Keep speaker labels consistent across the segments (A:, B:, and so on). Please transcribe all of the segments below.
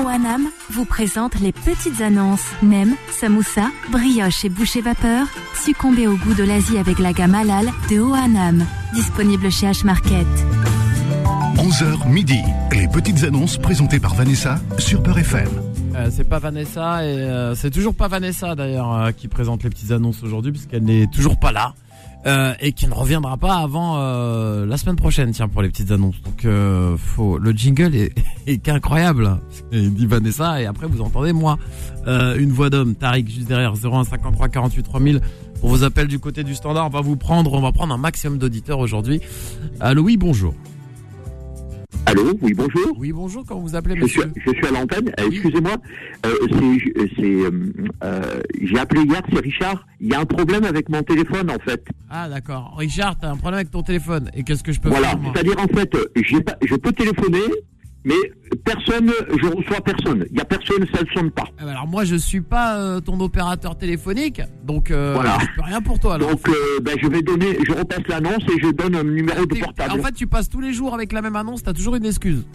A: OANAM vous présente les petites annonces. Nem, samoussa, brioche et boucher vapeur. Succombez au goût de l'Asie avec la gamme halal de OANAM. Disponible chez H-Market.
B: 11h midi, les petites annonces présentées par Vanessa sur Peur FM.
C: Euh, c'est pas Vanessa et euh, c'est toujours pas Vanessa d'ailleurs euh, qui présente les petites annonces aujourd'hui puisqu'elle n'est toujours pas là euh, et qui ne reviendra pas avant euh, la semaine prochaine tiens pour les petites annonces. Donc euh, faut le jingle est, est incroyable. Il dit Vanessa et après vous entendez moi Euh, une voix d'homme Tariq juste derrière 01 53 48 3000 pour vos appels du côté du standard on va vous prendre on va prendre un maximum d'auditeurs aujourd'hui. Allô oui bonjour.
D: Allô, oui, bonjour.
C: Oui bonjour quand vous appelez
D: Je suis,
C: monsieur.
D: je suis à l'antenne. Euh, Excusez-moi. Euh, c'est- euh, c'est, euh, euh, J'ai appelé hier, c'est Richard. Il y a un problème avec mon téléphone, en fait.
C: Ah d'accord. Richard, t'as un problème avec ton téléphone et qu'est-ce que je peux
D: Voilà.
C: faire moi
D: C'est-à-dire, en fait, euh, j'ai pas- je peux téléphoner, mais personne, je reçois personne. Il y a personne, ça ne sonne pas.
C: Eh ben Alors moi je suis pas euh, ton opérateur téléphonique, donc euh,
D: Voilà.
C: je peux rien pour toi. Alors.
D: Donc, euh, ben, je vais donner, je repasse l'annonce et je donne un numéro de
C: T'es-
D: portable.
C: en fait tu passes tous les jours avec la même annonce, t'as toujours une excuse.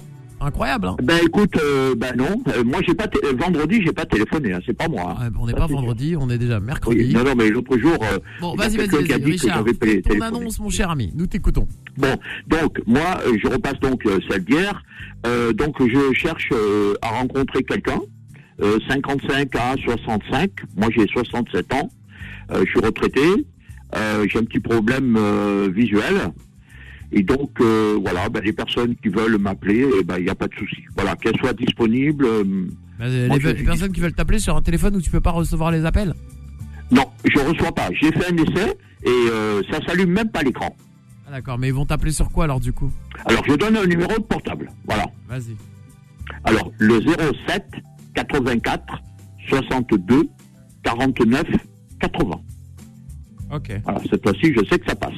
C: Incroyable. Hein
D: Ben écoute, euh, ben non, Euh, moi j'ai pas t- euh, vendredi j'ai pas téléphoné, hein, c'est pas moi. hein.
C: Ouais, on n'est
D: ça,
C: pas
D: c'est
C: vendredi, on est déjà
D: Oui,
C: mercredi.
D: non non mais l'autre jour, euh,
C: bon
D: il y a
C: vas-y vas-y
D: quelqu'un qui a
C: vas-y
D: dit que
C: Richard,
D: j'avais pas les
C: ton
D: téléphoner.
C: annonce mon cher ami, nous t'écoutons.
D: Bon, donc moi, euh, je repasse donc euh, celle d'hier. Euh, donc je cherche euh, à rencontrer quelqu'un, euh, 55 à 65. Moi j'ai 67 ans, Euh, je suis retraité, Euh, j'ai un petit problème euh, visuel. Et donc euh, voilà, ben, les personnes qui veulent m'appeler, eh ben, il n'y a pas de souci. Voilà, qu'elles soient disponibles. euh,
C: Bah, les,
D: Moi,
C: les
D: je-
C: personnes qui veulent t'appeler sur un téléphone où tu peux pas recevoir les appels.
D: non, je reçois pas. J'ai fait un essai et euh, ça s'allume même pas l'écran.
C: Ah, d'accord, mais ils vont t'appeler sur quoi alors du coup
D: Alors je donne un numéro de portable. Voilà.
C: Vas-y.
D: Alors, le 07 84 62 49 80.
C: Ok,
D: Voilà, cette fois-ci, je sais que ça passe.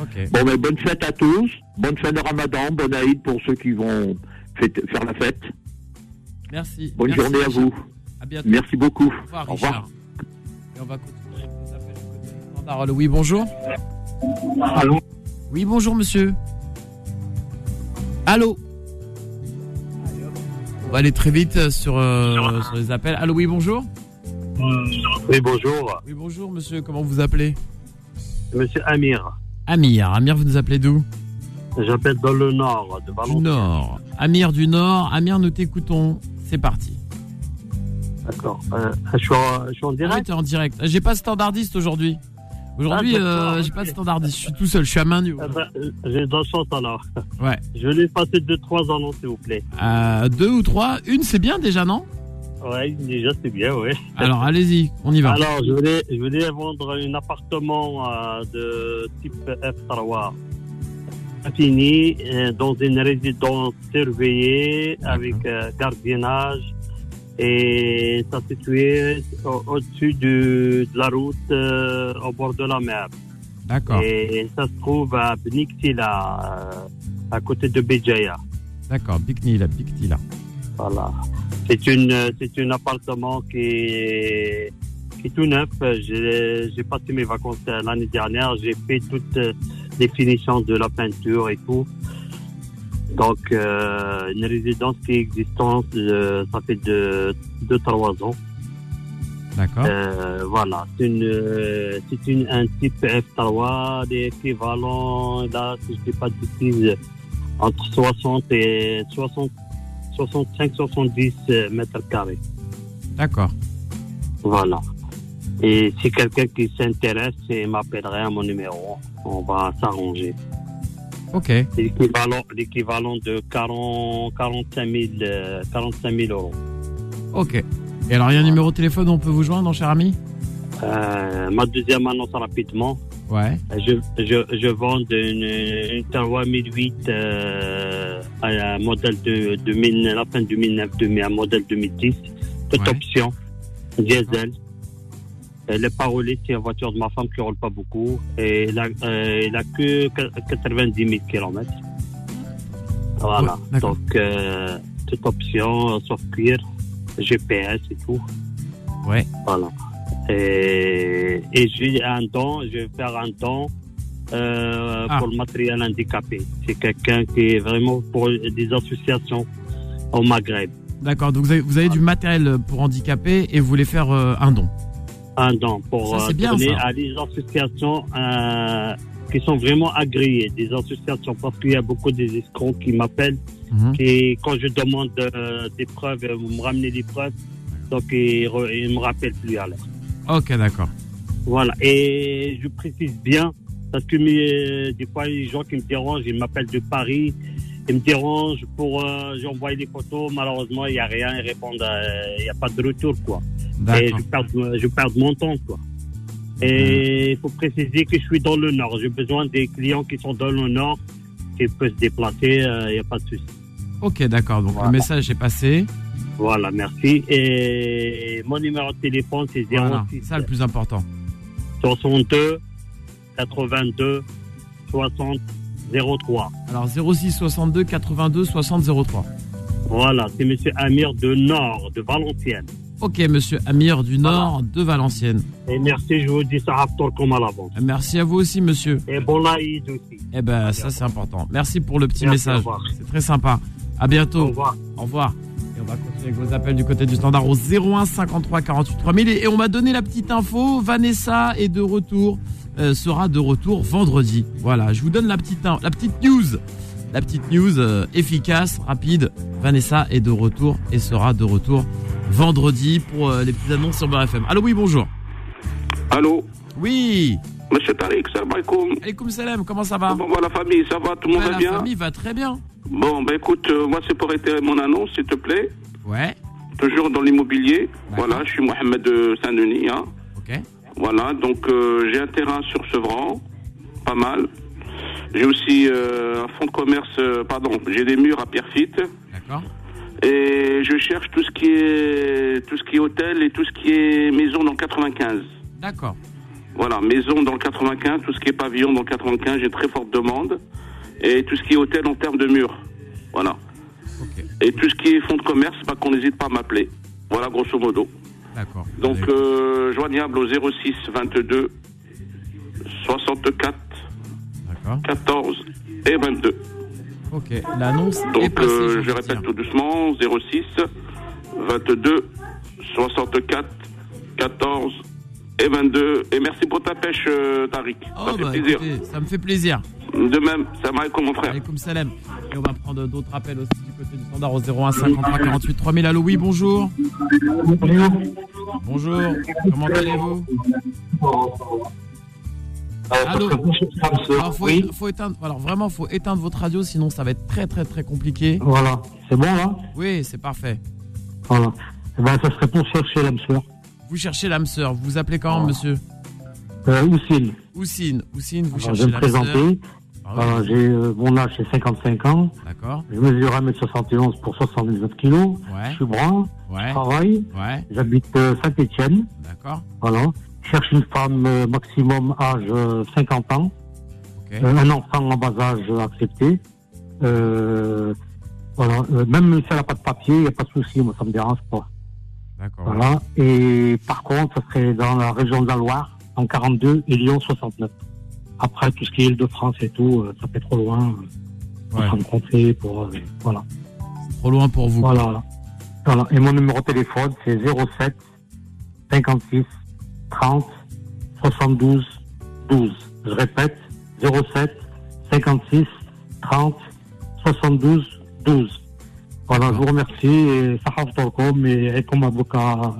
C: ok.
D: Bon, mais bonne fête à tous. Bonne fin de ramadan. Bonne Aïd pour ceux qui vont fête- faire la fête.
C: Merci.
D: Bonne
C: Merci,
D: journée à
C: Richard.
D: vous.
C: À bientôt.
D: Merci beaucoup.
C: Au revoir,
D: Au revoir.
C: Richard. Et on va continuer avec les appels du côté du standard. Allô, oui, bonjour.
E: Allô
C: Oui, bonjour, monsieur. Allô On va aller très vite euh, sur, euh, sur les appels. Allô, oui, bonjour.
E: Oui, bonjour.
C: Oui, bonjour, monsieur. Comment vous appelez
E: Monsieur Amir.
C: Amir. Amir, vous nous appelez d'où
E: J'appelle dans le nord de
C: Du
E: Valence.
C: Nord. Amir du Nord. Amir, nous t'écoutons. C'est parti.
E: D'accord. Euh, je, suis en, je suis en
C: Ah oui,
E: direct.
C: t'es en direct. J'ai pas de standardiste aujourd'hui. Aujourd'hui,
E: Ah, d'accord,
C: euh, j'ai
E: ok.
C: pas de standardiste. Je suis tout seul. Je suis à main nue.
E: Ah ben, euh, J'ai de la chance alors.
C: Ouais.
E: Je vais passer deux, trois annonces, s'il vous plaît.
C: Euh, deux ou trois. Une, c'est bien déjà, non
E: Ouais, déjà, c'est bien, ouais.
C: Alors allez-y, on y va.
E: Alors, je voulais, je voulais vendre un appartement euh, de type F3. Fini euh, dans une résidence surveillée avec euh, gardiennage et ça se situait au- au-dessus du- de la route euh, au bord de la mer.
C: D'accord,
E: Et ça se trouve à Bniktila, euh, à côté de Béjaïa.
C: d'accord. Bikni là, Bikni là.
E: Voilà. C'est une, euh, c'est un appartement qui est, qui est tout neuf. J'ai j'ai passé mes vacances euh, l'année dernière. J'ai fait toutes euh, les finitions de la peinture et tout. Donc, euh, une résidence qui est existante, euh, ça fait de deux, trois ans.
C: D'accord.
E: Euh, voilà. C'est une, euh, c'est une, un type F3, l'équivalent, là, si je ne dis pas de bêtises, entre 60 et 60, 65, 70 euh, mètres carrés.
C: D'accord.
E: Voilà. Et si quelqu'un qui s'intéresse, il m'appellerait à mon numéro. On va s'arranger.
C: Ok.
E: C'est l'équivalent, l'équivalent de 40, 45 000, euh, 45 000 euros.
C: Ok. Et alors, il y a un numéro de téléphone où on peut vous joindre, cher ami
E: Euh, ma deuxième annonce rapidement.
C: Ouais.
E: Je, je, je vends une, une Tawa 1008 euh, à la modèle de, 2000, la fin 2009, 2000, à modèle 2010, toute
C: Ouais.
E: option, diesel. Et Les parolettes, c'est la voiture de ma femme qui roule pas beaucoup. Et elle a, euh, elle a que 90 000 km. Voilà.
C: Ouais, d'accord.
E: Donc, euh, toute option, sauf cuir, GPS et tout.
C: Ouais.
E: Voilà. Et, et j'ai un don, je vais faire un don euh,
C: Ah.
E: pour le matériel handicapé. C'est quelqu'un qui est vraiment pour des associations au Maghreb.
C: D'accord, donc vous avez, vous avez du matériel pour handicapés et vous voulez faire euh, un don.
E: un don pour
C: Ça, c'est
E: euh,
C: bien,
E: donner
C: ça.
E: à des associations euh, qui sont vraiment agréées, des associations, parce qu'il y a beaucoup des escrocs qui m'appellent
C: Mhm.
E: et quand je demande euh, des preuves, euh, vous me ramenez des preuves, donc ils, re- ils me rappellent plus à l'heure.
C: Ok, d'accord.
E: Voilà, et je précise bien, parce que mes- euh, des fois, les gens qui me dérangent, ils m'appellent de Paris, ils me dérangent pour... euh, J'ai envoyé des photos, malheureusement, il n'y a rien, ils répondent, euh, il n'y a pas de retour, quoi. Et
C: D'accord.
E: je perds, je perds mon temps, quoi. Et il
C: Mhm.
E: faut préciser que je suis dans le Nord. J'ai besoin des clients qui sont dans le Nord, qui peuvent se déplacer, euh, il n'y a pas de souci.
C: Ok, d'accord. Donc le message est passé.
E: Voilà, merci. Et mon numéro de téléphone, c'est 06
C: Voilà, c'est ça le plus important.
E: 62 82 60 03.
C: Alors 06 62 82 60 03.
E: Voilà, c'est Monsieur Amir de Nord, de Valenciennes.
C: Ok, monsieur Amir du Nord de Valenciennes.
E: Et merci, je vous dis ça rapporte comme à l'avance.
C: Merci à vous aussi, monsieur.
E: Et bon laïd aussi.
C: Eh ben, ça c'est important. Merci pour le petit
E: Merci,
C: message.
E: au revoir.
C: C'est très sympa. À bientôt.
E: Au revoir.
C: Au revoir. Et on va continuer avec vos appels du côté du standard au 01 53 48 3000. Et et on m'a donné la petite info. Vanessa est de retour, euh, sera de retour vendredi. Voilà, je vous donne la petite, in- la petite news. La petite news euh, efficace, rapide. Vanessa est de retour et sera de retour vendredi pour euh, les petites annonces sur BFM. Allô, oui, bonjour.
F: Allô,
C: Oui.
F: Monsieur Tariq, salam alaikum.
C: Alaikum salam, comment ça va
F: Bon, bon, la famille, ça va, tout le monde
C: Bah,
F: va
C: La
F: bien
C: famille va très bien.
F: Bon, ben écoute, euh, moi c'est pour réitérer mon annonce, s'il te plaît.
C: Ouais,
F: Toujours dans l'immobilier.
C: D'accord.
F: Voilà, je suis Mohamed de Saint-Denis. hein.
C: ok.
F: Voilà, donc euh, j'ai un terrain sur Sevran, pas mal. J'ai aussi euh, un fonds de commerce, euh, pardon, j'ai des murs à Pierrefitte.
C: D'accord.
F: Et je cherche tout ce qui est tout ce qui est hôtel et tout ce qui est maison dans le 95.
C: D'accord.
F: Voilà, maison dans le 95, tout ce qui est pavillon dans le 95, j'ai très forte demande. Et tout ce qui est hôtel en termes de murs. Voilà.
C: Ok,
F: Et tout ce qui est fonds de commerce, bah, qu'on n'hésite pas à m'appeler. Voilà, grosso modo.
C: d'accord.
F: Donc,
C: Allez.
F: euh, joignable au 06 22 64
C: D'accord.
F: 14 et 22.
C: Ok, l'annonce est
F: Donc,
C: passée.
F: euh,
C: j'ai envie
F: je
C: de
F: répète
C: dire.
F: tout doucement 06 22 64 14 et 22. Et merci pour ta pêche, euh, Tariq.
C: Oh,
F: Ça fait
C: bah,
F: plaisir.
C: écoutez, ça me fait plaisir.
F: De même, ça m'a comme mon frère.
C: Allez, comme salam. Et on va prendre d'autres appels aussi du côté du standard au 01 53 48 3000. Allô, oui, bonjour. Bonjour. Comment allez-vous Allô Alors, faut,
G: Oui,
C: faut éteindre, alors vraiment, faut éteindre votre radio, sinon ça va être très très très compliqué.
G: voilà. C'est bon, hein? là
C: Oui, c'est parfait.
G: Voilà. Eh ben, ça serait pour chercher l'âme sœur.
C: Vous cherchez l'âme sœur, vous vous appelez comment,
G: Ah.
C: monsieur
G: Euh, Oussine.
C: Oussine, Oussine, vous
G: Alors, je
C: cherchez
G: vais me
C: l'âme sœur.
G: présenter.
C: Ah oui,
G: Voilà, j'ai, euh, mon âge, c'est 55 ans.
C: D'accord.
G: Je mesure 1m71 pour 79 kilos.
C: Ouais.
G: Je suis brun. Je
C: Ouais,
G: travaille.
C: ouais,
G: J'habite Saint-Etienne.
C: d'accord.
G: Voilà. Je cherche une femme euh, maximum âge euh, 50 ans.
C: Ok.
G: Euh, un enfant en bas âge euh, accepté. Euh, voilà. Euh, même si elle n'a pas de papier, il n'y a pas de souci. Moi, ça me dérange pas.
C: D'accord.
G: Voilà. Et par contre, ça serait dans la région de la Loire, en 42 et Lyon 69. Après, tout ce qui est Île-de-France et tout, euh, ça fait trop loin euh, pour
C: Ouais.
G: se rencontrer. Pour, euh, voilà.
C: Trop loin pour vous.
G: voilà. Voilà. Et mon numéro de téléphone, c'est 07 56 30 72 12. Je répète, 07 56 30 72 12. Voilà, je vous remercie et Sahaf Torcom et comme avocat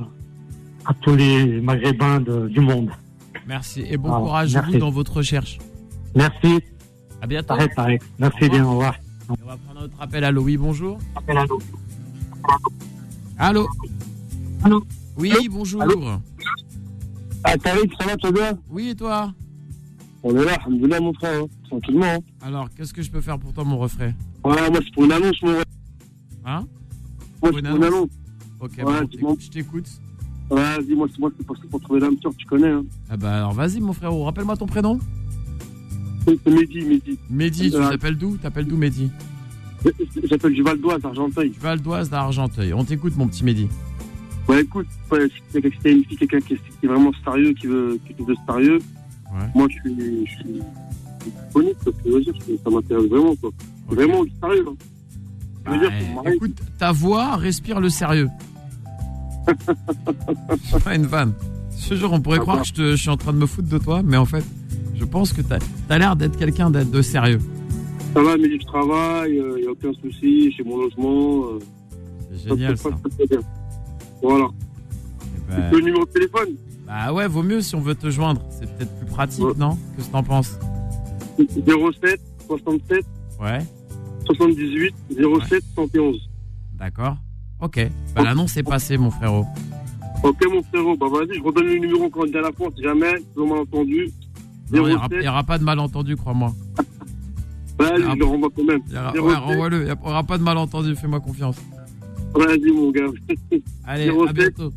G: à tous les Maghrébins de- du monde.
C: Merci et bon
G: Voilà,
C: courage vous,
G: Ah, merci.
C: dans votre recherche.
G: Merci,
C: À bientôt.
G: pareil, pareil. Merci bien, au revoir.
C: Et On va prendre notre appel. Allô, oui, bonjour. Allô.
G: Allô.
C: Oui,
G: Allô.
C: bonjour.
G: Allô. Ah, Tariq, ça va, toi bien
C: Oui, et toi
G: On est là, Alhamdoulilah, mon frère,
H: hein,
G: tranquillement.
C: Alors, qu'est-ce que je peux faire pour toi, mon refrain
G: Ouais, moi, c'est pour une annonce, mon Moi,
C: Hein Bonne
G: c'est pour une
C: annonce.
G: annonce.
C: Ok,
G: Ouais,
C: bon,
G: dis-moi.
C: je t'écoute.
G: Ouais, dis-moi, c'est moi qui passe pour trouver l'âme sœur, tu connais. Hein.
C: Ah bah alors, vas-y, mon frérot, rappelle-moi ton prénom.
G: C'est c'est Mehdi, Mehdi.
C: Mehdi, tu
G: Euh,
C: t'appelles d'où T'appelles d'où, Mehdi
G: J'appelle du Val d'Oise, Argenteuil.
C: Val d'Oise d'Argenteuil. On t'écoute, mon petit Mehdi.
G: Ouais, écoute, ouais, si t'as- si t'as une fille, quelqu'un qui, est- qui est vraiment sérieux, qui veut quelque chose de sérieux,
C: Ouais.
G: moi, je suis, je suis disponible, parce que je veux dire, ça m'intéresse vraiment, quoi.
C: Ok.
G: Vraiment, du sérieux. hein.
I: je veux dire,
C: Ouais.
I: c'est mon mari.
C: Écoute, ta voix respire le sérieux. C'est pas une vanne. Ce jour, on pourrait croire que je, te- je suis en train de me foutre de toi, mais en fait, je pense que t'as as, l'air d'être quelqu'un d'être de sérieux.
I: Ça va, mais je travaille, il
G: euh,
I: n'y a aucun souci, j'ai mon logement. euh,
C: C'est
I: ça se
C: génial
I: passe
C: ça.
I: très, très bien. Voilà.
C: Eh
I: Tu
C: ben,
I: veux le numéro de téléphone
C: bah ouais, vaut mieux si on veut te joindre. C'est peut-être plus pratique,
I: Ouais.
C: non Qu'est-ce que t'en penses
I: 07 67
C: Ouais,
I: 78 07 111.
C: d'accord. Ok. Bah l'annonce est passée, mon frérot.
I: Ok, mon frérot, bah vas-y, je redonne le numéro encore une dernière fois, si jamais, ils ont mal entendu.
C: Non, Il n'y aura,
I: 07.
C: il y aura pas de malentendu, crois-moi.
I: Vas-y,
C: Ah.
I: je le renvoie quand même.
C: Il y aura-
I: 07.
C: Ouais, renvoie-le. Il n'y aura pas de malentendu, fais-moi confiance.
I: Vas-y, mon gars.
C: Allez, à
I: 07.
C: bientôt.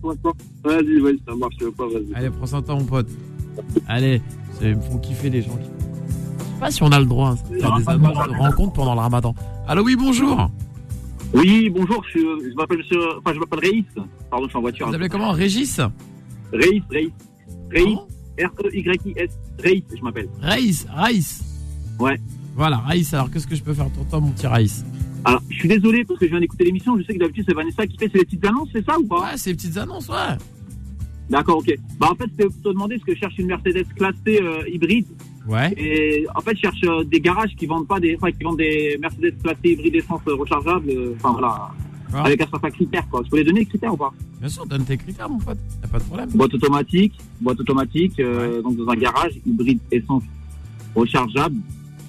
I: Vas-y, vas-y, ça marche, je veux pas, vas-y.
C: Allez, prends son temps, mon pote. Allez, ça me font kiffer les gens. qui- Je sais pas si on a le droit hein, de faire des annonces de rencontres pendant le ramadan. Allô, oui, bonjour.
J: Oui, bonjour, je, suis, euh, je m'appelle monsieur, enfin, je m'appelle Reis. Pardon, je suis en voiture. hein.
C: Vous appelez comment Régis
J: Reis, Reis. Reis,
C: Comment
J: E R-E-Y-I-S. Reis, je m'appelle.
C: Raïs, Raïs.
J: Ouais.
C: Voilà, Raïs, alors qu'est-ce que je peux faire pour toi, mon petit Raïs
J: Alors, Ah, je suis désolé parce que je viens d'écouter l'émission. Je sais que d'habitude, c'est Vanessa qui fait ses petites annonces, c'est ça ou pas
C: Ouais, ces petites annonces, ouais.
J: D'accord, ok. Bah, en fait, c'était pour te demander parce que je cherche une Mercedes classée euh, hybride.
C: Ouais,
J: Et en fait, je cherche euh, des garages qui vendent pas des, enfin, qui vendent des Mercedes classées hybrides essence euh, rechargeables. euh, Enfin, voilà.
C: Ah.
J: Avec un certain critère, quoi. Je peux les donner les critères ou pas
C: bien sûr, donne tes critères, mon pote. Y'a pas de problème.
J: Boîte automatique, boîte automatique, euh, donc dans un garage, hybride essence rechargeable,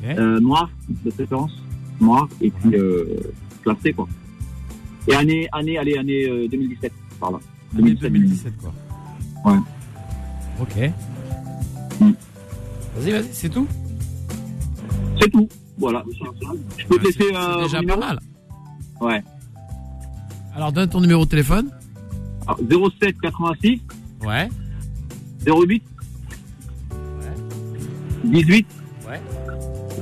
C: Ok.
J: euh, noir de préférence, noir et puis euh, classé quoi. Et année, année, allez, année euh, 2017 par là.
C: Année 2017, quoi.
J: Ouais.
C: Ok.
J: Mm.
C: Vas-y, vas-y, c'est tout
J: C'est tout. Voilà. Je peux
C: Bah,
J: te
C: C'est
J: laisser
C: c'est
J: euh,
C: déjà
J: mon
C: pas
J: numéro
C: mal.
J: Ouais.
C: Alors, donne ton numéro de téléphone.
J: Alors, 07 86
C: Ouais.
J: 08 18
C: Ouais.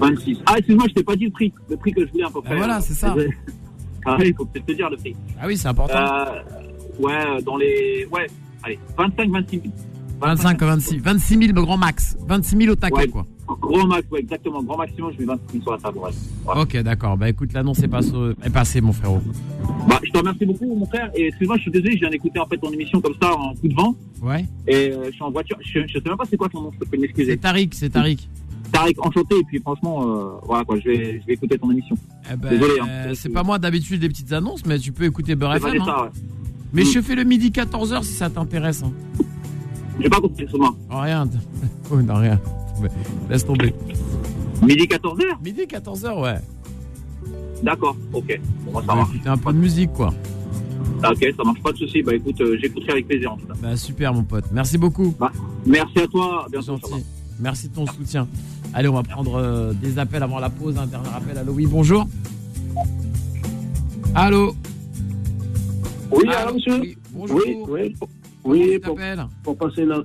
J: 26. Ah excuse-moi, je t'ai pas dit le prix, le prix que je voulais à peu près.
C: voilà, c'est ça.
J: Ah oui, faut peut-être te dire le prix.
C: Ah oui, c'est important.
J: Euh, ouais, dans les. Ouais, allez, 25-26 000.
C: 25 à 26. 26 000 le grand max. 26 000 au taquet,
J: Ouais.
C: quoi.
J: Gros max, ouais, exactement. Grand maximum, je mets 26 000 sur la table. ouais. Ouais.
C: Ok, d'accord. Bah écoute, l'annonce est, passe- est passée, mon frérot.
J: Bah, je te remercie beaucoup, mon frère. Et excuse-moi, je suis désolé, je viens d'écouter en fait ton émission comme ça en coup de vent.
C: Ouais.
J: Et euh, je suis en voiture. Je, je sais même pas c'est quoi ton nom, je peux
C: C'est
J: m'excuser.
C: Tariq, c'est Tariq.
J: Tariq, enchanté. Et puis franchement, euh, voilà quoi, je vais, je vais écouter ton émission.
C: Eh ben,
J: Désolé, hein.
C: euh, c'est pas moi d'habitude les petites annonces, mais tu peux écouter Beurre
J: C'est pas
C: FM. hein.
J: ça, ouais.
C: Mais
J: Mm.
C: je fais le midi 14h si ça t'intéresse. Hein.
J: J'ai pas compris ce moment.
C: Oh, rien. Oh, non, rien. Mais Laisse tomber.
J: Midi 14h
C: Midi 14h, ouais.
J: D'accord, ok. Bon, bah,
C: On
J: ça
C: va
J: marche.
C: écouter un peu de musique, quoi.
J: Ah, ok, ça marche pas de souci. Bah écoute, euh, j'écouterai avec plaisir en tout cas.
C: Bah super, mon pote. Merci beaucoup.
J: Bah, Merci à toi. À bientôt. ça va.
C: Gentil. Merci de ton soutien. Allez, on va prendre euh, des appels avant la pause. Un dernier appel. Allô, oui, bonjour. Allô. Ah,
I: Oui,
C: Allô,
I: alors, monsieur
C: Oui, bonjour.
I: Oui, oui.
C: Comment
I: Oui,
C: tu
I: pour,
C: t'appelles
I: pour passer la. Euh,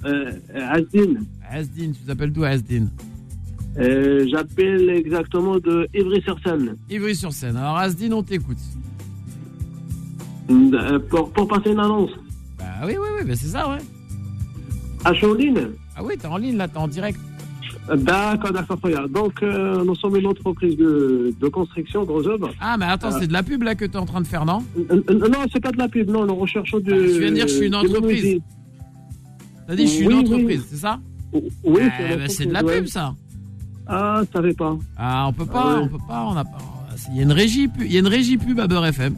I: euh, Asdin.
C: Asdine, tu t'appelles d'où Asdine
I: Euh, J'appelle exactement de Ivry-sur-Seine.
C: Ivry-sur-Seine. Alors Asdine, on t'écoute.
I: Euh, Pour, pour passer une annonce.
C: Bah oui, oui, oui, bah, c'est ça, ouais.
I: À Chauline
C: Ah oui, t'es en ligne là, t'es en direct.
I: D'accord, d'accord, très bien. Donc, euh, nous sommes une entreprise de, de construction, de réseau.
C: Ah, mais attends,
I: Ah.
C: c'est de la pub là que t'es en train de faire, non
I: Euh, euh, Non, c'est pas de la pub, non, nous recherchons du.
C: Ah, tu viens de dire que je suis une
I: du
C: entreprise.
I: mobilier.
C: T'as dit, je suis une
I: Oui, oui.
C: entreprise, c'est ça
I: Oui,
C: Eh,
I: c'est une
C: bah, c'est de la
I: entreprise,
C: pub,
I: ouais.
C: ça.
I: Ah, je savais pas.
C: Ah, on peut pas,
I: ouais.
C: on peut pas, on a pas. Il y a une régie, pu- il y a une régie pub à Beurre FM.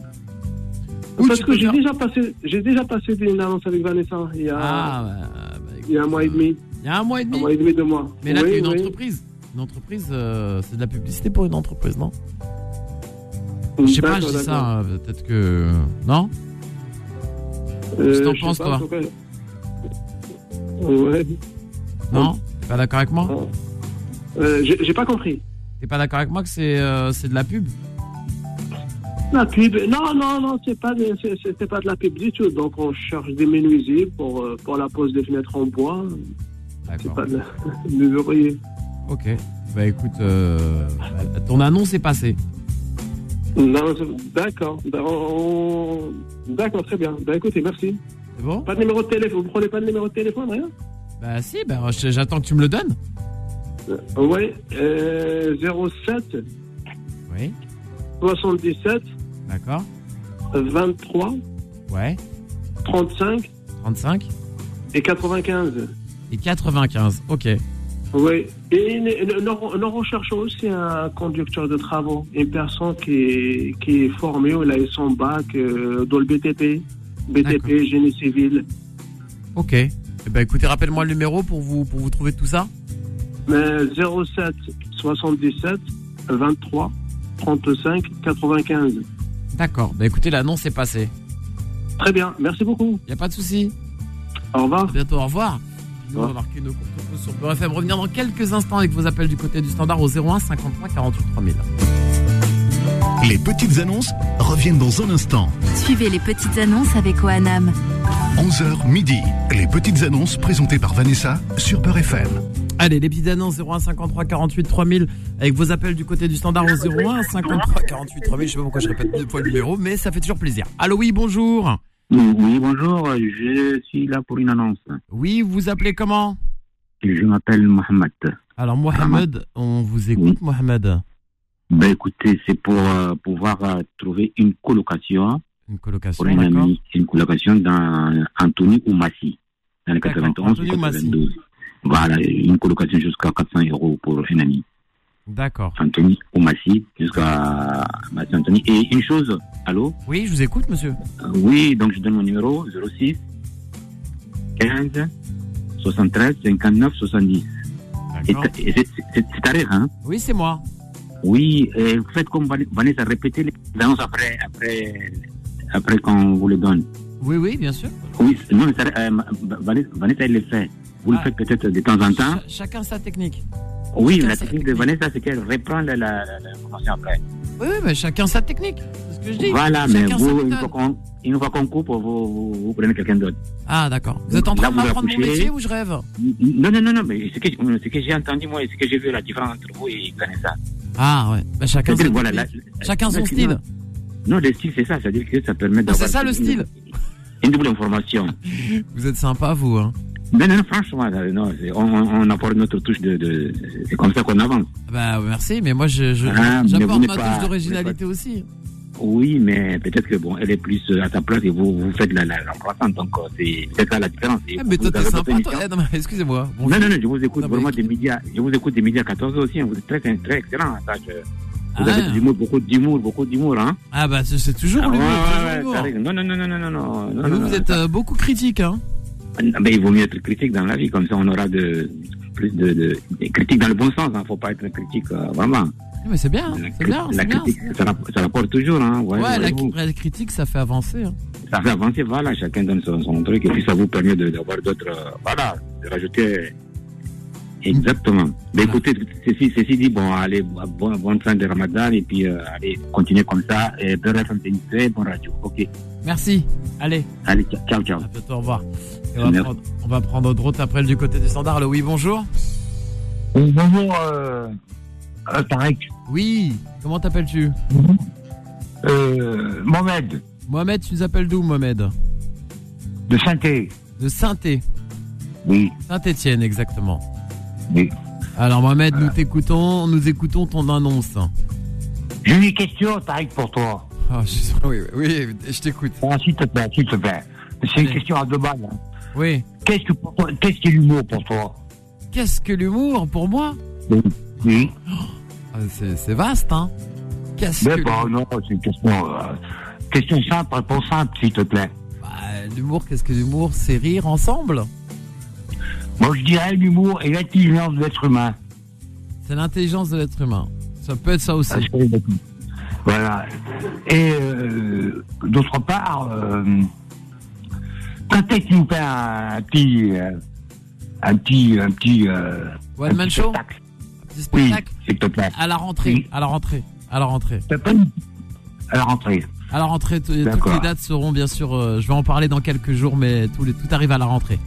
C: Où
I: Parce
C: tu
I: que
C: peux
I: j'ai
C: faire-
I: déjà passé, j'ai déjà passé une annonce avec Vanessa il y a,
C: Ah, bah, bah,
I: il y a un mois et demi,
C: Il y a un mois et
I: un
C: demi.
I: mois et demi, deux mois.
C: Mais là,
I: Oui,
C: t'es une
I: oui.
C: entreprise. Une entreprise, euh, c'est de la publicité pour une entreprise, non Je sais pas, je
I: D'accord,
C: dis
I: d'accord.
C: ça, euh, peut-être que. Non
I: Euh,
C: Qu'est-ce que t'en
I: je sais
C: penses,
I: pas,
C: toi
I: en tout cas. Ouais.
C: Non T'es pas d'accord avec moi
I: Oh. Euh, j'ai j'ai pas compris.
C: T'es pas d'accord avec moi que c'est euh, c'est de la pub
I: La pub, non, non, non, c'est pas, des- c'est- c'est- c'est pas de la pub du tout. Donc, on cherche des menuisiers pour, euh, pour la pose des fenêtres en bois. C'est
C: D'accord.
I: pas de, des ouvriers.
C: Ok. Bah écoute, euh, bah, ton annonce est passée.
I: Non, c'est- D'accord. Ben, on- D'accord, très bien. Ben, écoutez, merci.
C: C'est bon
I: Pas de numéro de téléphone. Vous prenez pas de numéro de téléphone, rien
C: Bah si, bah, je- j'attends que tu me le donnes.
I: euh, Oui. Euh, 07
C: Oui.
I: 77
C: D'accord.
I: 23,
C: Ouais.
I: 35
C: 35
I: et 95.
C: et 95. Ok.
I: Oui. Et nous, nous- nous recherchons aussi un conducteur de travaux, une personne qui est, qui est formée, elle a eu son bac euh, dans le BTP,
C: D'accord.
I: BTP, génie civil.
C: Ok. Eh ben écoutez, rappelle-moi le numéro pour vous pour vous trouver tout ça.
I: Mais 07 77 23 35 95.
C: D'accord. Bah écoutez, l'annonce est passée.
I: Très bien, merci beaucoup.
C: Y a pas de souci.
I: Au revoir.
C: À bientôt. Au revoir. Nous,
I: Au
C: on
I: revoir.
C: va marquer nos courtes pauses sur Beurre FM. Revenir dans quelques instants avec vos appels du côté du standard au 01 53 48 3000.
B: Les petites annonces reviennent dans un instant.
A: Suivez les petites annonces avec OANAM.
B: 11h midi. Les petites annonces présentées par Vanessa sur Peur FM.
C: Allez, les petites annonces 01 53 48 3000 avec vos appels du côté du standard au 01 53 48 3000. Je sais pas pourquoi je répète deux fois le numéro, mais ça fait toujours plaisir. Allô, oui, bonjour.
D: Mmh.
K: Oui, bonjour, je suis là pour une annonce.
C: Oui, vous appelez comment
K: Je m'appelle Mohamed.
C: Alors, Mohamed, on vous écoute, Mohamed.
K: Ben écoutez, c'est pour euh, pouvoir euh, trouver une colocation
C: Une
K: pour
C: colocation,
K: un
C: d'accord
K: ami, une colocation dans Anthony ou Massy, dans le
C: D'accord,
K: 91 ou
C: Anthony ou Massy.
K: 92. Voilà, une colocation jusqu'à 400 euros pour un ami.
C: D'accord.
K: Anthony ou Massy, jusqu'à Massy Anthony. Et une chose, allô
C: Oui, je vous écoute, monsieur.
K: Euh, Oui, donc je donne mon numéro 06 15 73 59 70. Et
C: D'accord.
K: t- et c'est- c'est c'est tarif, hein
C: Oui, c'est moi.
K: Oui, euh, faites comme Van- Vanessa, répétez les annonces après, après, après qu'on vous les donne.
C: Oui, oui, bien sûr.
K: Oui, non, mais ça, euh, Vanessa, Vanessa, elle le fait. Vous
C: Ah.
K: le faites peut-être de temps en temps.
C: Ch- chacun sa technique.
K: Oui,
C: chacun
K: la
C: sa
K: technique de Vanessa, c'est qu'elle reprend la, la, la, la prononciation après.
C: Oui, oui, mais chacun sa technique. C'est ce que je dis.
K: Voilà, mais
C: Chacun sa
K: vous, une
C: méthode.
K: fois qu'on une fois qu'on coupe, vous, vous, vous prenez quelqu'un d'autre.
C: Ah, d'accord. Vous êtes en
K: Là,
C: train de
K: vous
C: m'apprendre mon
K: accouchez.
C: métier ou je rêve
K: Non, non, non, non, mais c'est que, c'est que j'ai entendu, moi, et c'est que j'ai vu la différence entre vous et Vanessa.
C: Ah, ouais. Bah, chacun sa
K: C'est-à-dire, voilà,
C: technique.
K: la-
C: Chacun son
K: non,
C: style. Ah,
K: Non, le style, c'est ça, c'est-à-dire que ça permet d'avoir.
C: c'est ça, le
K: une-
C: style.
K: Une double information.
C: Vous êtes sympa, vous. Hein.
K: Non, non, non, franchement, là, non, c'est- on, on on apporte notre touche de. de c'est comme ça qu'on avance.
C: Bah, merci, mais moi, je, je,
K: Ah, mais
C: j'apporte
K: vous
C: ma
K: n'êtes pas-
C: touche d'originalité aussi.
K: Oui, mais peut-être que bon, elle est plus euh, à sa place et vous, vous faites la, la, la croissance, donc euh, c'est c'est ça la différence. Et
C: Eh, mais toi,
K: vous
C: t'es
K: avez votre
C: sympa, toi.
K: émission.
C: Eh, non, mais excusez-moi. Bon,
K: Non, non, non, je vous écoute
C: Non, mais-
K: vraiment des médias. Je vous écoute des médias 14 aussi. hein, vous êtes très, très excellent. hein, ça, je-
C: ah,
K: vous avez de l'humour, beaucoup d'humour, beaucoup d'humour. Hein.
C: ah, bah, c'est, c'est toujours
K: Ah,
C: l'humour. toujours
K: ouais, ouais,
C: l'humour.
K: ça arrive. non, non, non, non, non, non, non, non,
C: Vous,
K: non,
C: vous
K: non,
C: êtes euh, beaucoup critique, hein.
K: Ah, ben, il vaut mieux être critique dans la vie, comme ça on aura de plus de, de, de critique dans le bon sens. Il hein, faut pas être critique euh, vraiment.
C: Eh, Mais c'est bien,
K: La,
C: c'est bien,
K: cri-
C: c'est
K: la
C: bien.
K: critique, ça, rapp- ça rapporte toujours. Hein, ouais,
C: Ouais, la,
K: voyez-vous.
C: la critique, ça fait avancer. hein.
K: Ça fait avancer, voilà, chacun donne son, son truc et puis ça vous permet de- d'avoir d'autres. euh, voilà, de rajouter. Exactement. Mais écoutez, ceci, ceci dit, bon, allez, bon, bonne fin de ramadan et puis euh, allez, continuez comme ça. Et Beurre FM, c'est une très bonne radio. Ok,
C: Merci. Allez,
K: allez, ciao, ciao, ciao.
C: à bientôt, au revoir. Et on, va
K: Merci.
C: prendre, on va prendre Drote après du côté du standard. Le oui, bonjour.
G: Oui, Bonjour, euh, euh, Tarek.
C: Oui, comment t'appelles-tu
G: Euh, Mohamed,
C: Mohamed, tu nous appelles d'où, Mohamed
G: de Saint-Thé.
C: De Saint-Étienne,
K: Oui,
C: Saint-Étienne, exactement.
K: oui.
C: Alors, Mohamed, nous t'écoutons, nous écoutons ton annonce.
G: J'ai une question, Tarek, pour toi.
C: Ah, je- Oui, oui, oui, je t'écoute.
G: Bon, s'il te plaît, s'il te plaît. C'est une
C: Oui.
G: question à deux balles. hein.
C: Oui.
G: Qu'est-ce que pour toi- qu'est-ce que l'humour pour toi
C: Qu'est-ce que l'humour pour moi
G: Oui.
C: Ah, c'est, c'est vaste, hein Qu'est-ce
G: Mais
C: que
G: bon, non, c'est une question, euh, question simple, réponse simple, s'il te plaît.
C: Bah, l'humour, qu'est-ce que l'humour C'est rire ensemble
G: Moi, je dirais l'humour et l'intelligence de l'être humain.
C: C'est l'intelligence de l'être humain. Ça peut être ça aussi.
G: Parce que- Voilà. Et euh, d'autre part, euh, quand est-ce que tu nous fais un petit, euh, un petit, un petit, euh,
C: One
G: un
C: man
G: petit
C: show
G: spectacle
C: Petit
G: Oui,
C: spectacle
G: s'il te plaît.
C: à la rentrée,
G: Oui.
C: à la rentrée, à la rentrée.
G: T'as pas une- À la rentrée.
C: À la rentrée, t- toutes
G: D'accord.
C: les dates seront bien sûr. euh, je vais en parler dans quelques jours, mais tout, les, tout arrive à la rentrée.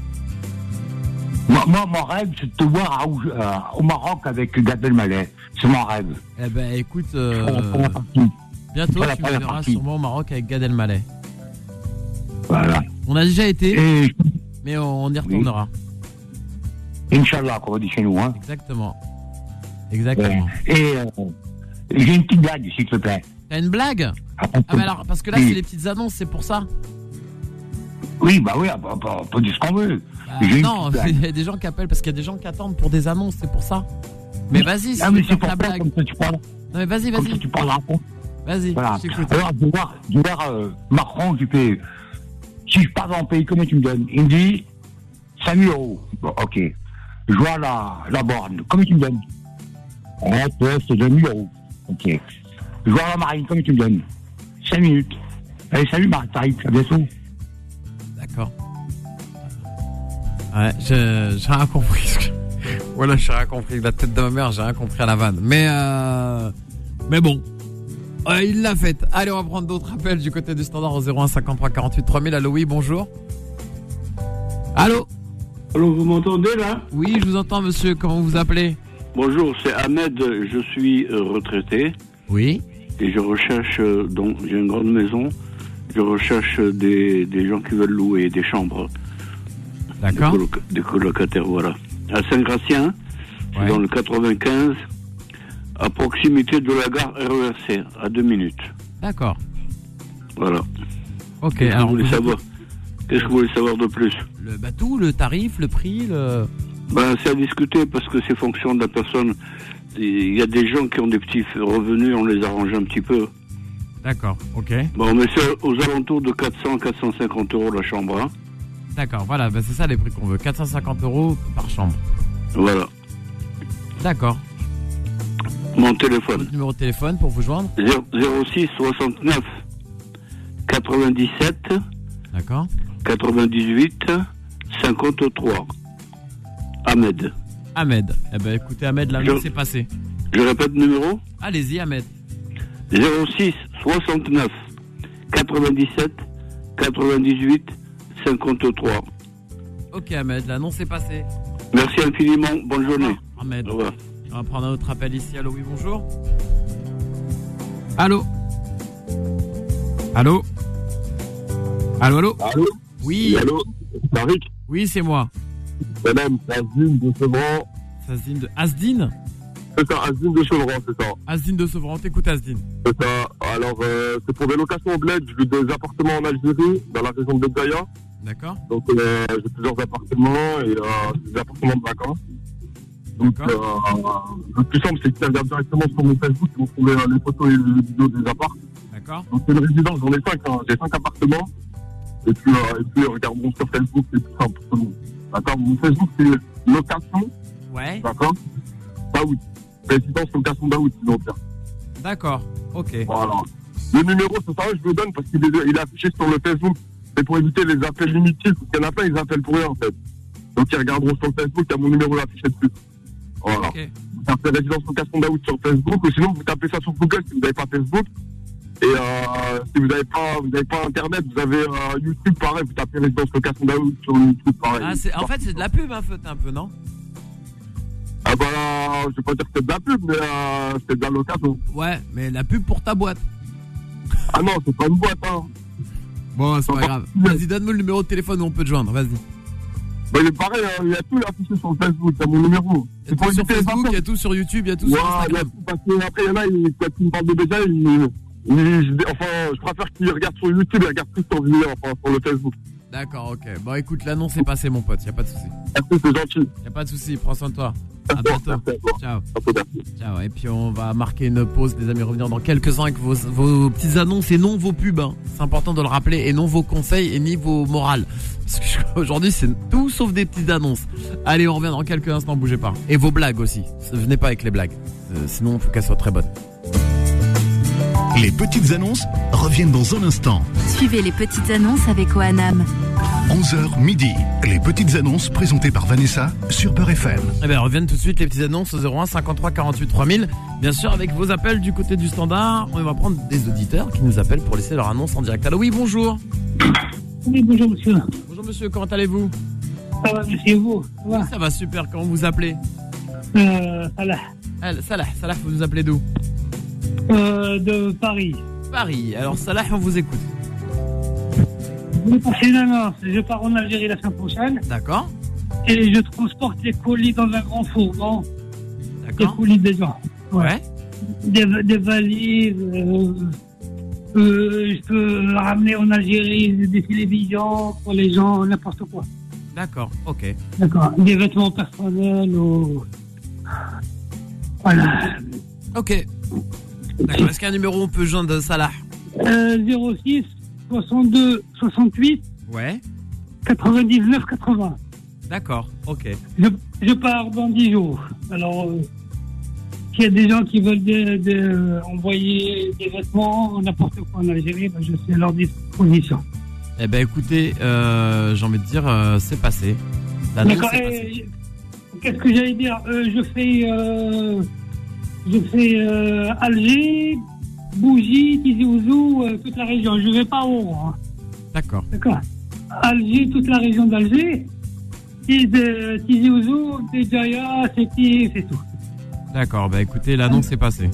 G: Moi, moi, mon rêve, c'est de te voir à Ouj- euh, au Maroc avec Gad Elmaleh. C'est mon rêve.
C: Eh ben, écoute, euh,
G: Pour la première partie.
C: bientôt
G: pour la
C: tu me
G: première
C: verras
G: partie.
C: sûrement au Maroc avec Gad Elmaleh.
G: Voilà.
C: On a déjà été,
G: Et
C: mais on, on y retournera.
G: Inch'Allah, comme on dit chez nous. Hein.
C: Exactement, exactement.
K: euh,
G: Et euh, j'ai une petite blague, s'il te plaît.
C: T'as une blague
K: on
C: Ah,
K: peut-
C: mais alors, parce que là,
K: Oui.
C: c'est les petites annonces, c'est pour ça.
K: Oui, bah oui, ah, bah, bah, on peut dire ce qu'on veut.
C: Bah,
K: J'ai une
C: non,
K: petite blague.
C: il y a des gens qui appellent parce qu'il y a des gens qui attendent pour des annonces, c'est pour ça. Mais vas-y, si
K: Ah,
C: tu
K: mais
C: veux
K: c'est
C: faire
K: pour
C: ta
K: ça,
C: blague.
K: comme ça, tu parles.
C: Non, mais vas-y,
K: Comme
C: vas-y.
K: ça, tu parles en rond.
C: Vas-y,
K: Voilà.
C: je t'écoute.
K: Alors, je vais voir, je vais voir, euh, Macron, je fais, si je pars dans un pays, combien tu me donnes Il me dit, 5 000 euros. Bon, ok. Je vois la, la borne, combien tu me donnes Ouais, tu vois, c'est 2 000 euros. Ok. Je vois la marine, combien tu me donnes 5 minutes. Allez, salut, Marine, t'arrives, à bientôt.
C: D'accord. Ouais, je- j'ai rien compris. ce que- Voilà, j'ai rien compris. La tête de ma mère, j'ai rien compris à la vanne. Mais, euh, mais bon. Euh, il l'a faite. Allez, on va prendre d'autres appels du côté du standard au 01 53 48 3000. Allo, oui, bonjour. Allô
L: Allô, vous m'entendez là
C: Oui, je vous entends, monsieur. Comment vous vous appelez
L: Bonjour, c'est Ahmed, je suis euh, retraité.
C: Oui.
L: Et je recherche, euh, donc j'ai une grande maison, je recherche euh, des, des gens qui veulent louer des chambres.
C: D'accord.
L: Des, coloc- des colocataires, voilà. À Saint-Gratien, c'est dans le 95, à proximité de la gare RERC, à deux minutes.
C: D'accord.
L: Voilà.
C: Ok,
L: Qu'est-ce que
C: alors
L: vous voulez
C: vous-
L: savoir Qu'est-ce que vous voulez savoir de plus
C: Le bateau, le tarif, le prix, le.
L: Ben, c'est à discuter parce que c'est fonction de la personne. Il y a des gens qui ont des petits revenus, on les arrange un petit peu.
C: D'accord, ok.
L: Bon, mais c'est aux alentours de 400-450 euros la chambre. hein.
C: D'accord, voilà, bah, c'est ça les prix qu'on veut. 450 euros par chambre.
L: Voilà.
C: D'accord.
L: Mon téléphone.
C: Votre numéro de téléphone pour vous joindre
L: 06 69 97
C: D'accord.
L: 98 53. Ahmed.
C: Ahmed. Eh ben écoutez, Ahmed, la
L: Je-
C: main s'est passée.
L: Je répète le numéro
C: Allez-y, Ahmed.
L: 06 69 97 98 53.
C: Ok, Ahmed, l'annonce est passée.
L: Merci infiniment. Bonne journée.
C: Ahmed.
L: Au revoir.
C: On va prendre un autre appel ici. Allô, oui, bonjour. Allô Allô Allô, allô
H: Allô
C: Oui.
H: Allô Tariq
C: Oui, c'est moi.
H: C'est même Azine de Sevran.
C: Azine de... Asdine
H: C'est ça, Azine de Sevran, c'est ça.
C: Asdine de Sevran, t'écoute Asdine.
H: C'est ça. Alors, euh, c'est pour des locations en bled. Je vis des appartements en Algérie, dans la région de Bedaya.
C: D'accord
H: Donc, euh, j'ai plusieurs appartements et euh, c'est des appartements de vacances. Donc, euh, le plus simple, c'est que tu regardes directement sur mon Facebook, vous trouvez euh, les photos et les vidéos des appartements.
C: D'accord.
H: Donc, c'est une résidence, j'en ai cinq, hein. j'ai cinq appartements. Et puis, euh, et puis euh, regardons sur Facebook, c'est plus simple. pour nous. D'accord Mon Facebook, c'est location.
C: Ouais.
H: D'accord Daoud. Résidence location Daoud, sinon bien.
C: D'accord. Ok.
H: Voilà. Le numéro, c'est ça, je vous donne parce qu'il est, il est affiché sur le Facebook. C'est pour éviter les appels inutiles, parce qu'il y en a plein, ils appellent pour rien, en fait. Donc, ils regarderont sur le Facebook, il y a mon numéro là affiché dessus. Voilà. Vous tapez Résidence Location Daoud sur Facebook, ou sinon, vous tapez ça sur Google si vous n'avez pas Facebook. Et euh, si vous n'avez pas, vous n'avez pas Internet, vous avez euh, YouTube, pareil, vous tapez Résidence Location Daoud sur YouTube, pareil.
C: Ah, c'est- en fait, c'est de la pub, un un peu, non
H: Ah bah, je vais pas dire que c'est de la pub, mais euh, c'est de la location.
C: Ouais, mais la pub pour ta boîte.
H: Ah non, c'est pas une boîte, hein.
C: Bon, c'est pas grave. Vas-y, donne-moi le numéro de téléphone où on peut te joindre, vas-y.
H: Bah, il est pareil, hein, il y a tout affiché sur Facebook, il y a mon numéro.
C: Il y a tout sur Facebook, il y a tout sur YouTube, il y a tout sur
H: Ouah,
C: Instagram.
H: il y a tout, Parce que après, il y en a, ils- quand ils me parlent de BJ, ils, ils- je dis- enfin, je préfère qu'ils regardent sur YouTube, ils regardent plus sur vidéo, enfin, sur le Facebook.
C: D'accord, ok. Bon, écoute, l'annonce est passée, mon pote. Y a pas de souci.
H: Merci, c'est gentil.
C: Y a pas de souci. Prends soin de toi. À bientôt. Ciao. Ciao. Et puis on va marquer une pause, les amis. Revenir dans quelques uns avec vos, vos petites annonces et non vos pubs. hein. C'est important de le rappeler et non vos conseils et ni vos morales. Parce qu'aujourd'hui c'est tout sauf des petites annonces. Allez, on revient dans quelques instants. Bougez pas. Et vos blagues aussi. Venez pas avec les blagues. Euh, sinon, faut qu'elles soient très bonnes.
B: Les petites annonces reviennent dans un instant.
A: Suivez les petites annonces avec OANAM.
B: 11h midi. Les petites annonces présentées par Vanessa sur Peur FM.
C: Eh bien, reviennent tout de suite les petites annonces au 01 53 48 3000. Bien sûr, avec vos appels du côté du standard, on va prendre des auditeurs qui nous appellent pour laisser leur annonce en direct. Allô, oui, bonjour.
M: Oui, bonjour monsieur.
C: Bonjour monsieur, comment allez-vous
M: Ça va, monsieur, et vous Ça va
C: Ça va super, comment vous appelez
M: euh, Salah,
C: Elle, Salah, Salah, vous nous appelez d'où
M: euh, de Paris.
C: Paris. Alors, Salah, on vous écoute.
M: Je voulais passer une annonce. Je pars en Algérie la semaine prochaine.
C: D'accord.
M: Et je transporte les colis dans un grand fourgon.
C: D'accord.
M: Les colis des gens.
C: Ouais.
M: Des, des valises, euh, peux, je peux ramener en Algérie des télévisions pour les gens, n'importe quoi.
C: D'accord, ok.
M: D'accord. Des vêtements personnels ou. Voilà.
C: Ok. D'accord. Est-ce qu'un numéro on peut joindre Salah
M: Euh, 06 62 68
C: Ouais.
M: 99 80.
C: D'accord, ok.
M: Je, je pars dans 10 jours. Alors, euh, s'il y a des gens qui veulent de- de- envoyer des vêtements, n'importe quoi en Algérie, ben, je suis à leur disposition.
C: Eh ben écoutez, euh, j'ai envie de dire, euh, c'est passé. L'annonce
M: D'accord,
C: est
M: et
C: passée.
M: je- Qu'est-ce que j'allais dire Euh, Je fais, euh, je fais euh, Alger, Bougie, Tizi Ouzou, euh, toute la région. Je vais pas au Rouen, hein.
C: D'accord.
M: D'accord. Alger, toute la région d'Alger. Et de Tizi Ouzou, Dejaya, Séti, c'est tout.
C: D'accord, bah écoutez,
M: Ah.
C: l'annonce est passée.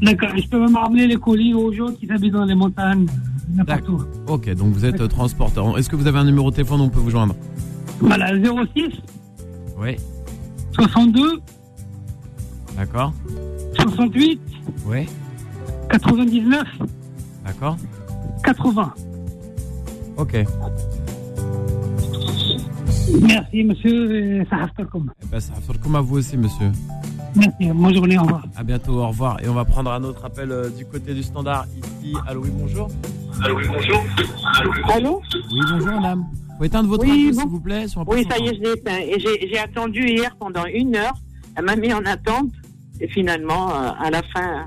M: D'accord. Je peux même ramener les colis aux gens qui habitent dans les montagnes, n'importe où.
C: Ok, donc vous êtes euh, transporteur. Est-ce que vous avez un numéro de téléphone où on peut vous joindre
M: Voilà, 06
C: Oui,
M: 62
C: d'accord.
M: 68
C: Oui,
M: 99
C: d'accord.
M: 80.
C: Ok.
M: Merci, monsieur. et Sahaftakum.
C: Eh ben, ça va comme à vous aussi, monsieur.
M: Merci. Bonne journée. Au revoir.
C: À bientôt, au revoir. Et on va prendre un autre appel euh, du côté du standard ici. Allô, oui, bonjour.
N: Allô, oui, bonjour.
O: Allô
C: Oui, bonjour, madame. Vous pouvez éteindre votre radio, s'il vous plaît sur un
O: Oui,
C: petit
O: ça y est, je l'ai éteint. Et j'ai- j'ai attendu hier pendant une heure. Elle m'a mis en attente. Et finalement, euh, à la fin, euh,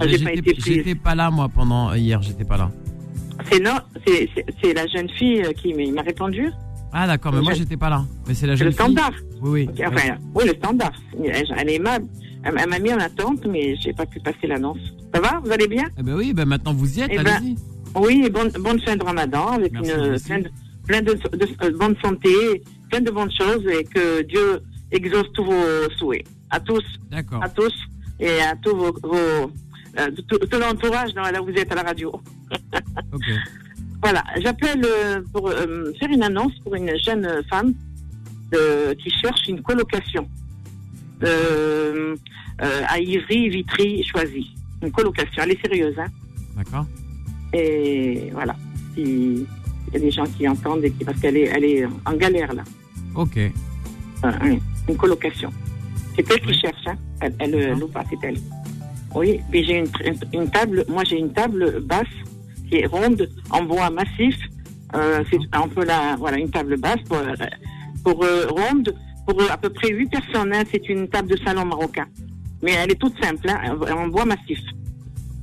C: Mais
O: j'ai pas été
C: J'étais
O: prise.
C: j'étais pas là, moi, pendant euh, hier, j'étais pas là.
O: C'est non, c'est- c'est- c'est la jeune fille euh, qui m'a répondu.
C: Ah, d'accord, mais moi,
O: Je-
C: j'étais pas là. Mais c'est la
O: C'est
C: jeune
O: le
C: fille.
O: standard.
C: Oui, oui.
O: Ok, Enfin, oui, le standard. Elle, elle est aimable. Elle, elle m'a mis en attente, mais j'ai pas pu passer l'annonce. Ça va Vous allez bien
C: Eh ben oui, ben maintenant, vous y êtes,
O: Eh ben,
C: allez-y.
O: Oui, et bonne, bonne fin de ramadan, avec
C: Merci,
O: une,
C: merci.
O: plein, de, plein de, de- euh, bonne santé, plein de bonnes choses, et que Dieu exauce tous vos souhaits. À tous.
C: D'accord.
O: À tous, et à tous vos, vos, euh, tout, tout l'entourage dans- là où vous êtes à la radio. Voilà, j'appelle euh, pour euh, faire une annonce pour une jeune femme euh, qui cherche une colocation euh, euh, à Ivry, Vitry, Choisy. Une colocation, elle est sérieuse, hein
C: D'accord.
O: et voilà, il y a des gens qui entendent et qui, parce qu'elle est, elle est en galère là,
C: Ok.
K: Ah,
O: Euh, une colocation. C'est elle qui cherche, hein. elle, elle, euh,
C: Ah.
O: loue pas, c'est elle. Oui, puis j'ai une, une- une table, moi j'ai une table basse qui est ronde en bois massif. Euh, c'est
C: Ah.
O: un peu la, voilà, une table basse pour, euh, pour euh, ronde pour euh, à peu près 8 personnes. hein. C'est une table de salon marocain, mais elle est toute simple, hein, en en bois massif.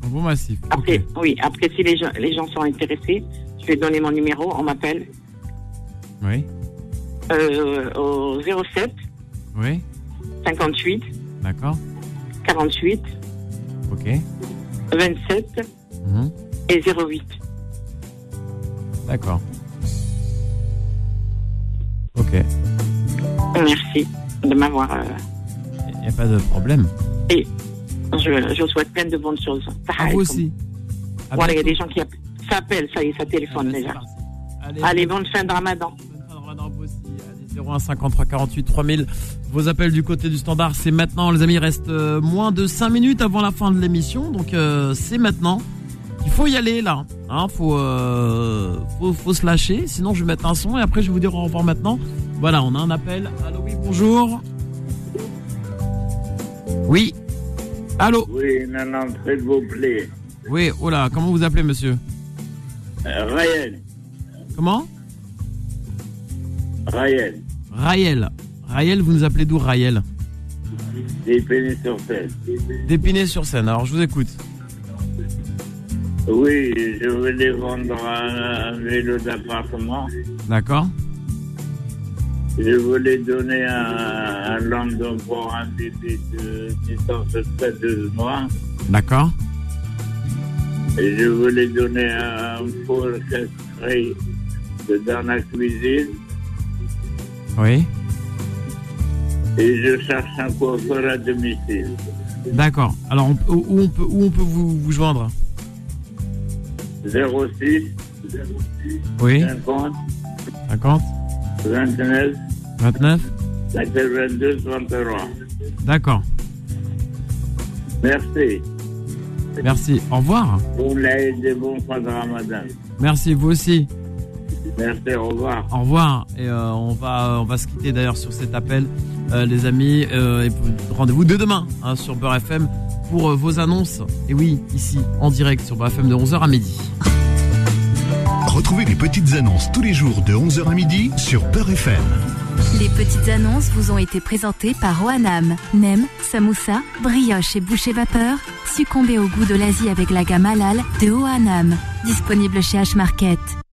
C: Un bon massif.
O: Après, oui, après, si les gens, les gens sont intéressés, je vais donner mon numéro, on m'appelle
C: Oui,
O: euh, au 07
C: oui,
O: 58
C: d'accord.
O: 48
C: Ok.
O: 27
C: Mhm.
O: et 08.
C: D'accord. Ok.
O: Merci de m'avoir. euh,
C: Il n'y a pas de problème.
O: et je, je souhaite plein de bonnes choses.
C: À vous aussi. À
O: Voilà, il y a
C: bientôt. Ah, ben,
O: des gens qui app- ça appelle, ça y est, ça téléphone déjà.
C: Allez,
O: Allez, bonne fin de ramadan.
C: 01 53 48 3000. Vos appels du côté du standard, c'est maintenant, les amis. Il reste euh, moins de 5 minutes avant la fin de l'émission. Donc, euh, c'est maintenant. Il faut y aller, là. Hein, faut, euh, faut, faut se lâcher. Sinon, je vais mettre un son et après, je vais vous dire au revoir maintenant. Voilà, on a un appel. Allô, oui, bonjour. Oui. Allô
P: Oui, non, non, s'il vous plaît.
C: Oui, oh là, comment vous appelez, monsieur
P: Euh, Ryan,
C: Comment
P: Ryan,
C: Raël. Raël, vous nous appelez d'où, Raël
P: j'ai fini sur scène.
C: D'Épinay-sur-Seine. Alors, je vous écoute.
P: Oui, je voulais vendre un, un vélo d'appartement.
C: D'accord
P: Je voulais donner un, un landau pour un bébé de 1072 mois.
C: D'accord
P: Et je voulais donner un, un four castré dans la cuisine.
C: Oui.
P: Et je cherche un coiffeur à domicile.
C: D'accord. Alors, on- où on peut, où on peut vous, vous joindre
P: 06
C: Oui.
P: 50
C: 50
P: 29
C: 29
P: 82 23.
C: D'accord.
P: Merci.
C: Merci. Au revoir.
P: Vous l'avez des bons programmes, madame.
C: Merci, vous aussi.
P: Merci, au revoir.
C: Au revoir. Et euh, on, va, on va se quitter d'ailleurs sur cet appel, euh, les amis. euh, et puis, rendez-vous dès demain hein, sur Beurre FM pour euh, vos annonces. Et oui, ici, en direct sur Beurre FM de 11h à midi.
B: Retrouvez les petites annonces tous les jours de 11h à midi sur Peur FM.
A: Les petites annonces vous ont été présentées par Oanam. Nem, samoussa, brioche et boucher vapeur. Succombez au goût de l'Asie avec la gamme halal de Oanam. Disponible chez H-Market.